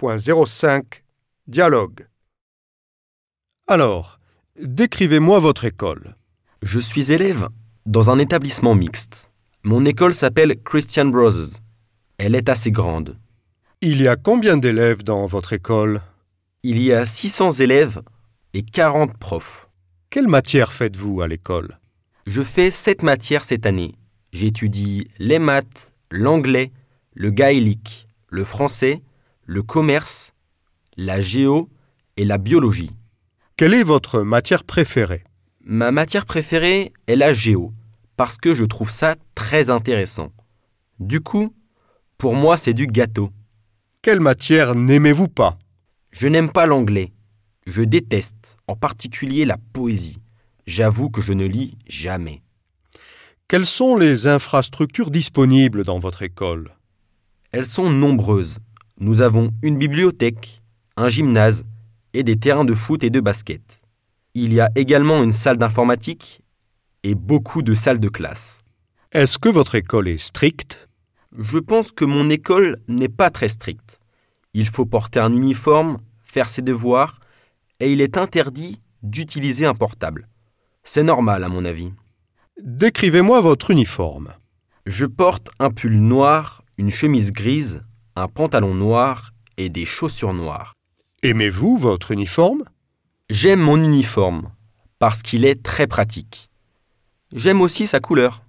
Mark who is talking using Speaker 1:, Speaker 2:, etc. Speaker 1: 4.05 Dialogue.
Speaker 2: Alors, décrivez-moi votre école.
Speaker 3: Je suis élève dans un établissement mixte. Mon école s'appelle Christian Brothers. Elle est assez grande.
Speaker 2: Il y a combien d'élèves dans votre école
Speaker 3: Il y a 600 élèves et 40 profs.
Speaker 2: Quelle matière faites-vous à l'école
Speaker 3: Je fais 7 matières cette année. J'étudie les maths, l'anglais, le gaélique, le français, le commerce, la géo et la biologie.
Speaker 2: Quelle est votre matière préférée
Speaker 3: Ma matière préférée est la géo, parce que je trouve ça très intéressant. Du coup, pour moi, c'est du gâteau.
Speaker 2: Quelle matière n'aimez-vous pas
Speaker 3: Je n'aime pas l'anglais. Je déteste, en particulier la poésie. J'avoue que je ne lis jamais.
Speaker 2: Quelles sont les infrastructures disponibles dans votre école
Speaker 3: Elles sont nombreuses. Nous avons une bibliothèque, un gymnase et des terrains de foot et de basket. Il y a également une salle d'informatique et beaucoup de salles de classe.
Speaker 2: Est-ce que votre école est stricte
Speaker 3: Je pense que mon école n'est pas très stricte. Il faut porter un uniforme, faire ses devoirs, et il est interdit d'utiliser un portable. C'est normal à mon avis.
Speaker 2: Décrivez-moi votre uniforme.
Speaker 3: Je porte un pull noir, une chemise grise, un pantalon noir et des chaussures noires.
Speaker 2: Aimez-vous votre uniforme
Speaker 3: J'aime mon uniforme parce qu'il est très pratique. J'aime aussi sa couleur.